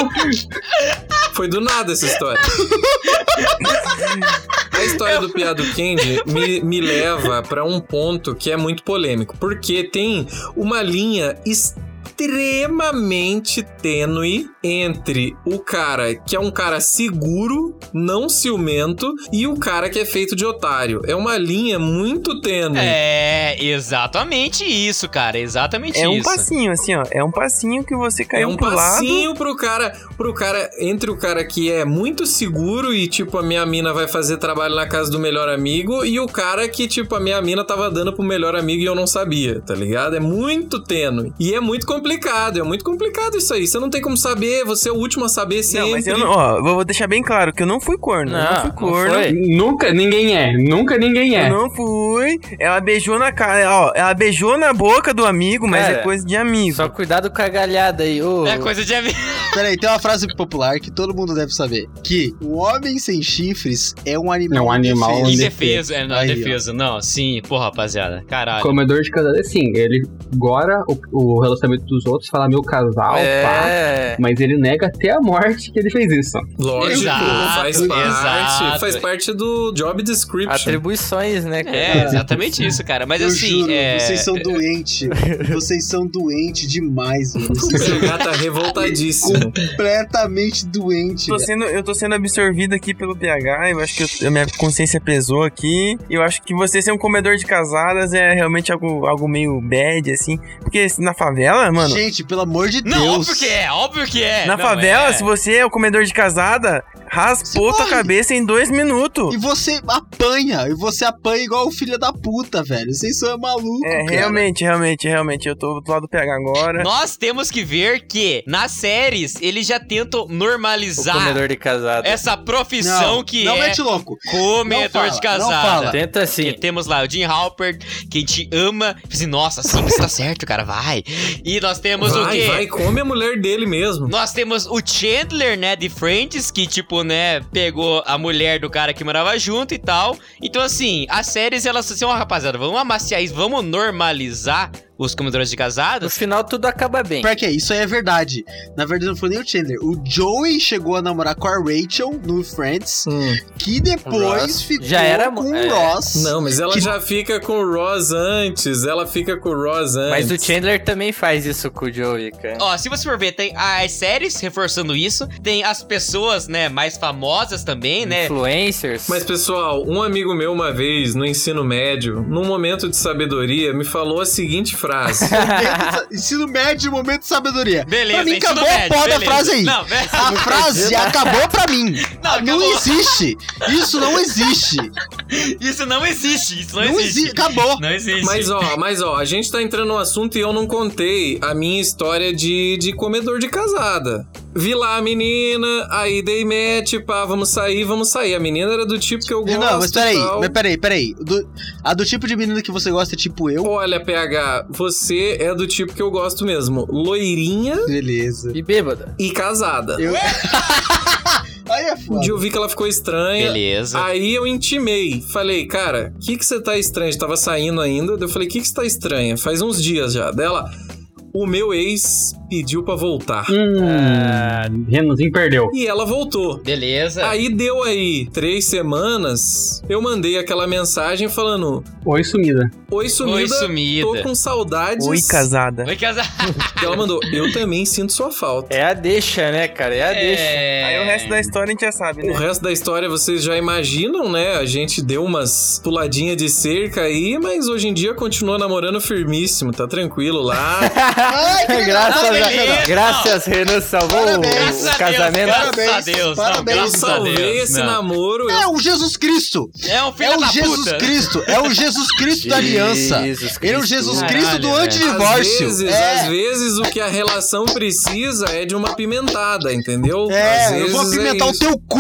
[LAUGHS] Foi do nada essa história. [LAUGHS] A história do Piado Candy me, me leva pra um ponto que é muito polêmico, porque tem uma linha extremamente tênue entre o cara que é um cara seguro, não ciumento, e o cara que é feito de otário. É uma linha muito
Hum.
tênue.
É, exatamente isso, cara. Exatamente
é um
isso.
passinho, assim, ó. É um passinho que você caiu
é um
pro lado.
passinho pro cara, pro cara entre o cara que é muito seguro e tipo a minha mina vai fazer trabalho na casa do melhor amigo e o cara que tipo a minha mina tava dando pro melhor amigo e eu não sabia, tá ligado? É muito tênue e é muito complicado, é muito complicado isso aí. Você não tem como saber, você é o último a saber sempre.
Não, mas eu não, ó, vou vou deixar bem claro que eu não fui corno. eu não fui né? corno.
foi.
Nunca ninguém é. Nunca ninguém
Eu
é.
não fui. Ela beijou na cara. Ó, ela beijou na boca do amigo, mas
Cara,
é coisa de amigo.
Só cuidado com a galhada aí, ô.
É coisa de amigo.
Peraí, tem uma frase popular que todo mundo deve saber: que um homem sem chifres é um animal.
É um animal
indefeso.
Indefeso. É, não,
Aí, ó.
defeso. Não, sim. Pô, rapaziada. Caralho.
Comedor de casal, assim, ele gora o, o relacionamento dos outros, fala meu casal, pá.
É.
Mas ele nega até a morte que ele fez isso.
Lógico,
Exato,
faz parte,
exato.
faz parte do job description.
Atribuições, né, cara?
É, exatamente isso, cara. Mas
Eu
assim,
juro,
é.
vocês
[LAUGHS]
são doentes. Vocês são doentes demais, mano.
O
Vocês são
seu gato tá
assim?
revoltadíssimo.
completamente doentes.
Tô sendo, eu tô sendo absorvido aqui pelo PH, eu acho que eu- a minha consciência pesou aqui. Eu acho que você ser um comedor de casadas é realmente algo, algo meio bad, assim. Porque assim, na favela, mano.
Gente, pelo amor de
Não,
Deus.
óbvio que é, óbvio que é.
na
Não,
favela,
é.
se você é o comedor de casada, raspou
Se
tua
morre.
cabeça em dois minutos.
E você apanha, e você apanha igual o filho da puta, velho. Vocês são malucos.
É,
cara.
realmente, realmente, realmente. Eu tô do lado do PH agora.
Nós temos que ver que nas séries eles já tentam
O
normalizar
comedor de casada.
essa profissão que
não
é
mete louco.
comedor
Não fala,
de
não
casada.
fala.
Tenta
Que
assim.
temos lá o Jim Halpert, que te ama. Fala Assim, nossa, sim, você tá certo, cara, vai. E nós temos o
Vai,
quê?
vai, come a mulher dele mesmo.
Nós temos o Chandler, né, de Friends, que, tipo, né, pegou a mulher do cara que morava junto e tal. Então, assim, as séries, elas são, assim, ó, rapaziada, vamos amaciar isso, vamos normalizar os comedores de
No
casados.
final tudo acaba bem.
Pior que é, isso aí é verdade. Na verdade, não foi nem o Chandler. O Joey chegou a namorar com a Rachel no Friends,
Hum.
que depois
Ross.
ficou
Já era-
com o
é.
Ross.
Não, mas ela
Que-
já fica com o Ross antes. Ela fica com o Ross antes.
Mas o Chandler também faz isso com o Joey, cara.
Ó, se você for ver, tem as séries reforçando isso, tem as pessoas, né, mais famosas também, né?
Influencers.
Mas, pessoal, um amigo meu uma vez, no ensino médio, num momento de sabedoria, me falou a seguinte
[LAUGHS]
frase.
Ensino médio, momento de sabedoria.
Beleza,
pra mim
ensino
acabou
médio,
a porra da
beleza.
frase aí.
Não, [LAUGHS] beleza.
a frase acabou pra mim.
Não,
Não,
acabou.
existe. Isso não existe.
Isso não existe, isso não,
Não
existe.
existe. Acabou.
Não existe.
Mas ó, mas ó, a gente tá entrando no assunto e eu não contei a minha história de, de comedor de casada. Vi lá a menina, aí dei match, pá, vamos sair, vamos sair. A menina era do tipo que eu gosto. então.
não, mas peraí,
e tal.
mas peraí, peraí. Do- a do tipo de menino que você gosta é tipo eu.
Olha, PH, você é do tipo que eu gosto mesmo. Loirinha
Beleza.
E bêbada.
e casada.
Eu... Aí é
Um
foda.
[LAUGHS] dia eu vi que ela ficou estranha.
Beleza.
Aí eu intimei, falei, cara, o que que você tá estranha? A gente tava saindo ainda, daí eu falei, o que que você tá estranha? Faz uns dias já. Dela, o meu ex pediu pra voltar.
Hum, Renanzinho perdeu.
E ela voltou.
Beleza.
Ah,
Aí deu aí três semanas, eu mandei aquela mensagem falando:
Oi, sumida.
Oi, sumida,
Oi, sumida.
tô com saudades.
Oi, casada.
Oi, casado.
E ela mandou: Eu também sinto sua falta.
É a deixa, né, cara? É a deixa.
Aí o resto da história a gente já sabe,
O
né?
resto da história vocês já imaginam, né? A gente deu umas puladinhas de cerca aí, mas hoje em dia continua namorando firmíssimo, tá tranquilo lá.
Ai, que
Graças
legal.
a
beleza.
Graças, Renan, salvou o-
Parabéns,
o casamento.
Graças a
Parabéns,
Deus. não,
parabéns.
Eu
graças a
salvei
Deus,
esse
não.
namoro. eu-
É o Jesus Cristo!
É um filho
É o
da
Jesus
puta.
Cristo! É o Jesus Cristo da aliança!
Jesus
Ele é o Jesus
Caralho,
Cristo do
velho.
Às
antidivórcio!
vezes, às
É,
vezes o que a relação precisa é de uma pimentada, entendeu? Às
é,
vezes
eu vou apimentar
é
o teu cu!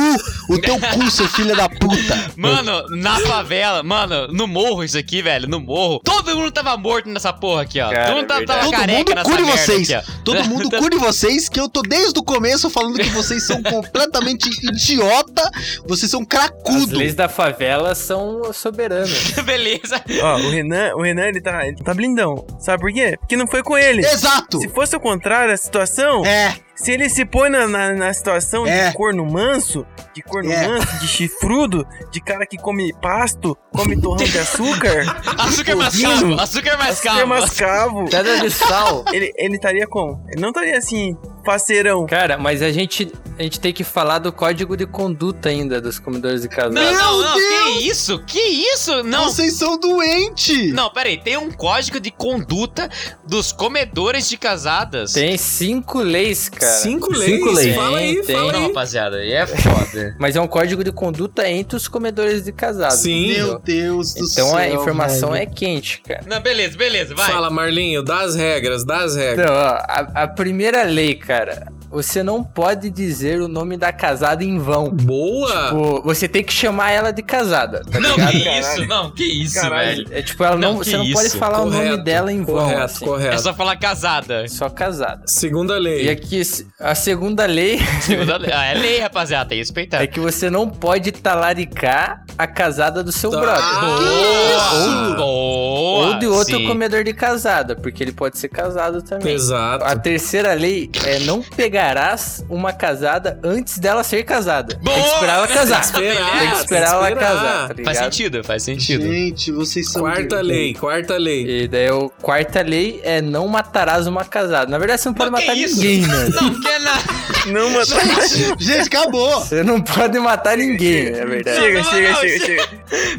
O teu cu, seu filho da puta!
Mano, na favela, mano, no morro isso aqui, velho, no morro. Todo mundo tava morto nessa porra aqui, ó.
Cara,
Todo mundo tava,
é
tava
Todo
careca
mundo
nessa
cure
merda
vocês!
aqui, ó.
Todo mundo cure vocês, que eu tô desde o começo falando que
[LAUGHS]
vocês são completamente idiota, vocês são
As
cracudo!
leis da favela são soberanas.
[LAUGHS] Beleza.
Ó, o Renan, o Renan, ele tá, ele tá blindão. Sabe por quê? Porque não foi com ele.
Exato!
Se fosse o contrário, a situação,
É,
se ele se põe na, na, na situação
É.
de corno manso, de corno
É.
manso, de chifrudo, de cara que come pasto,
[LAUGHS]
come torrão de açúcar,
Açúcar é mais calmo, açúcar é mais
açúcar
calmo.
mascavo,
Pedra de sal.
ele, ele estaria como? Ele não estaria assim, faceirão.
Cara, mas a gente, a gente tem que falar do código de conduta ainda dos comedores de casal.
Não, não, não,
Meu
que isso? Que isso? Não,
vocês são doentes!
Não, peraí, tem um código de conduta dos comedores de casadas.
Tem cinco leis, cara.
Cinco leis.
Cinco leis.
Fala aí,
Tem,
fala
tem.
Não,
aí.
rapaziada, aí é foda.
Mas é um código de conduta entre os comedores de casado.
Sim.
entendeu?
Meu Deus do céu!
Então a informação
velho.
é quente, cara.
não, beleza, beleza, vai.
Fala, Marlinho, dá as regras, dá as regras.
Então, ó, a, a primeira lei, cara, você não pode dizer o nome da casada em vão.
Boa!
Tipo, você tem que chamar ela de casada. Tá
não,
ligado?
que isso? Não, que isso, velho.
É tipo, ela não,
Não, que
você não pode
isso.
falar o nome
Correto,
dela em vão.
Correto,
assim.
correto.
É só falar casada.
Só casada.
Segunda
E
lei.
aqui, se- a segunda
[LAUGHS]
lei
Segunda lei. Ah, é lei, rapaziada, tem que respeitar.
é que você não pode talaricar a casada do seu
Tá.
é brother.
Boa! Boa!
Ou de outro
sim.
comedor de casada, porque ele pode ser casado também.
Exato.
A terceira lei é não pegarás uma casada antes dela ser casada. Tem que
Boa!
esperar ela casar.
Esperar,
Tem que esperar ela
esperar.
casar, tá ligado?
Faz sentido, faz sentido.
Gente, vocês são
Quarta
doentes.
lei, quarta lei.
E daí a quarta lei é não matarás uma casada. Na verdade, você não pode
Não, que
matar
isso? [LAUGHS]
ninguém, né?
Não, que é nada.
Não, mano.
Gente, gente, acabou!
Você não pode matar ninguém, é verdade.
Chega,
não,
chega,
não,
chega, chega.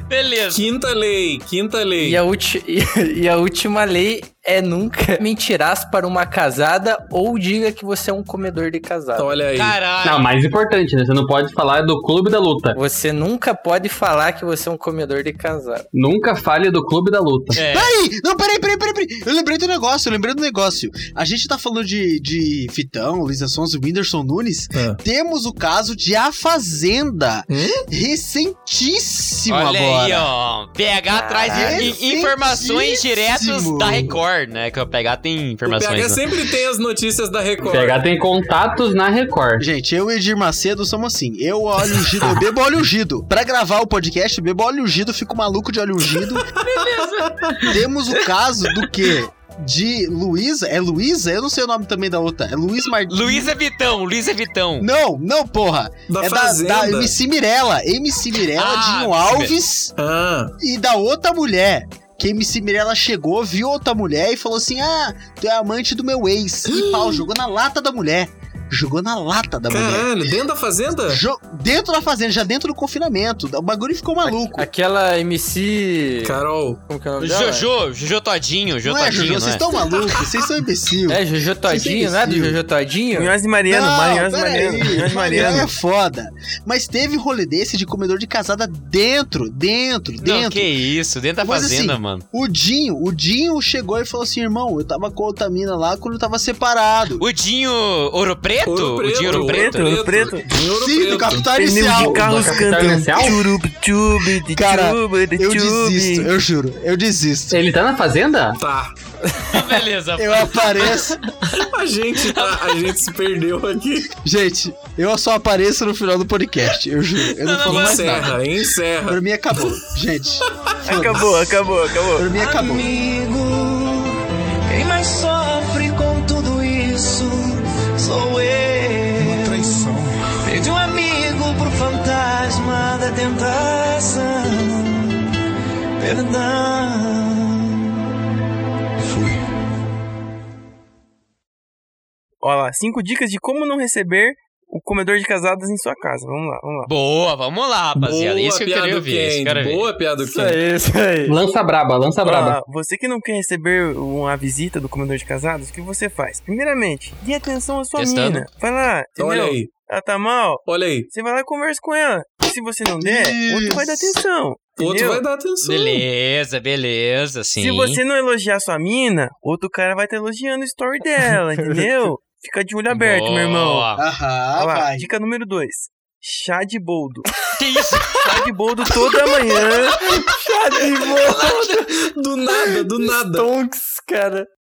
Beleza.
Quinta lei, quinta lei.
E é a, ulti- [LAUGHS] e a última lei é nunca mentirás para uma casada ou diga que você é um comedor de
Então,
casada.
Então, Olha aí.
Caralho.
Não, mais importante, né? Você não pode falar do clube da
é.
luta.
Você nunca pode falar que você é um comedor de casada.
Nunca fale do clube da luta.
[LAUGHS]
É.
Peraí! Não, peraí, peraí, peraí, peraí. Eu lembrei do negócio, eu lembrei do negócio. A gente tá falando de, de Fitão, Luísa Sons e Whindersson Nunes.
É.
Ah.
Temos o caso de A Fazenda. Recentíssimo
Hum? Olha
agora.
aí, ó. PH traz
Caralho.
in- in- informações diretas da Record, né? Que o PH tem
O é
informações.
PH
né?
sempre tem as notícias da
O
Record.
PH tem contatos na Record.
Gente, eu e Edir Macedo somos assim. Eu olho ungido, eu bebo óleo ungido. Pra gravar o podcast, eu bebo óleo ungido, fico maluco de
[LAUGHS]
óleo ungido. Temos o caso do quê? De Luísa? É Luísa? Eu não sei o nome também da outra. É Luiz Martins.
Luiz é Vitão, Luiz é Vitão.
Não, não, porra.
Da
é da,
Fazenda.
da MC Mirella. MC Mirella,
Ah,
Dinho
MC
Alves
Ah,
e da outra mulher. Que MC Mirella chegou, viu outra mulher e falou assim: Ah, tu é amante do meu ex. E
[GASPS]
pau, jogou na lata da mulher. Jogou na lata da mulher.
caralho, dentro da Fazenda?
Jo- dentro da fazenda, já dentro do confinamento. O bagulho ficou maluco.
Aquela MC.
Carol.
Como que é o nome dela?
Jojo, Jojo Todinho, Jojo
não é,
Todinho,
Juju?
não
Vocês
é?
estão malucos, vocês são
[LAUGHS]
imbecil.
É, Jojo Todinho, não é do Jojo Todinho?
Munhoz e É Mariano,
Não,
Munhoz e
peraí,
Mariano, Munhoz e
Mariano é
Mariano.
foda. Mas teve rolê desse de comedor de casada dentro, dentro,
Não,
dentro.
que isso, dentro da
Mas
fazenda,
assim,
mano.
O Dinho, o Dinho chegou e falou assim, irmão, eu tava com outra mina lá quando eu tava separado.
O Dinho Ouro Preto?
Ouro
o Dinho Ouro Preto?
Ouro Preto.
Dinho Ouro
Sim, do
Preto.
Capital
Pneu
Inicial.
de carros
Capital Inicial?
cantando. Tchurubi, tchubi, de
Cara,
tchubi, de
Eu
tchubi.
desisto, eu juro, eu desisto.
Ele tá na fazenda?
Tá.
Beleza.
Eu apareço,
A gente tá, a gente se perdeu aqui.
gente, eu só apareço no final do podcast, eu juro. Eu não, falo mais nada.
Encerra, encerra.
Pra mim acabou, gente.
Acabou, acabou, acabou.
Pra mim acabou.
Amigo, quem mais sofre com tudo isso sou eu. Uma traição. Perdi um amigo pro fantasma da tentação. Perdão.
Ó lá, cinco dicas de como não receber
o comedor de casadas em sua casa. Vamos lá, vamos lá.
Boa, vamos lá, rapaziada.
Boa
isso que eu
piada
queria
do
ouvir. é
Ken,
isso que eu quero ver.
Boa piada do
Isso
Ken.
aí, isso aí.
Lança braba, lança braba.
Ó, você que não quer receber uma visita do comedor de casados, o que você faz? Primeiramente, dê atenção à sua
Testando.
mina. Vai lá,
Então, olha
entendeu?
aí,
Ela tá mal,
olha aí.
você vai lá e conversa com ela. E se você não der, É, o outro vai dar atenção.
O outro
entendeu?
vai dar atenção.
Beleza, beleza, sim.
Se você não elogiar sua mina, outro cara vai estar elogiando o story dela, entendeu? Fica de olho tá aberto, meu irmão.
Boa.
Aham,
Olha lá,
vai.
dica número 2. Chá de boldo.
[LAUGHS] Que isso?
Chá de boldo toda [LAUGHS] manhã.
Cadê, mano?
Do nada, do nada.
Tonks, cara.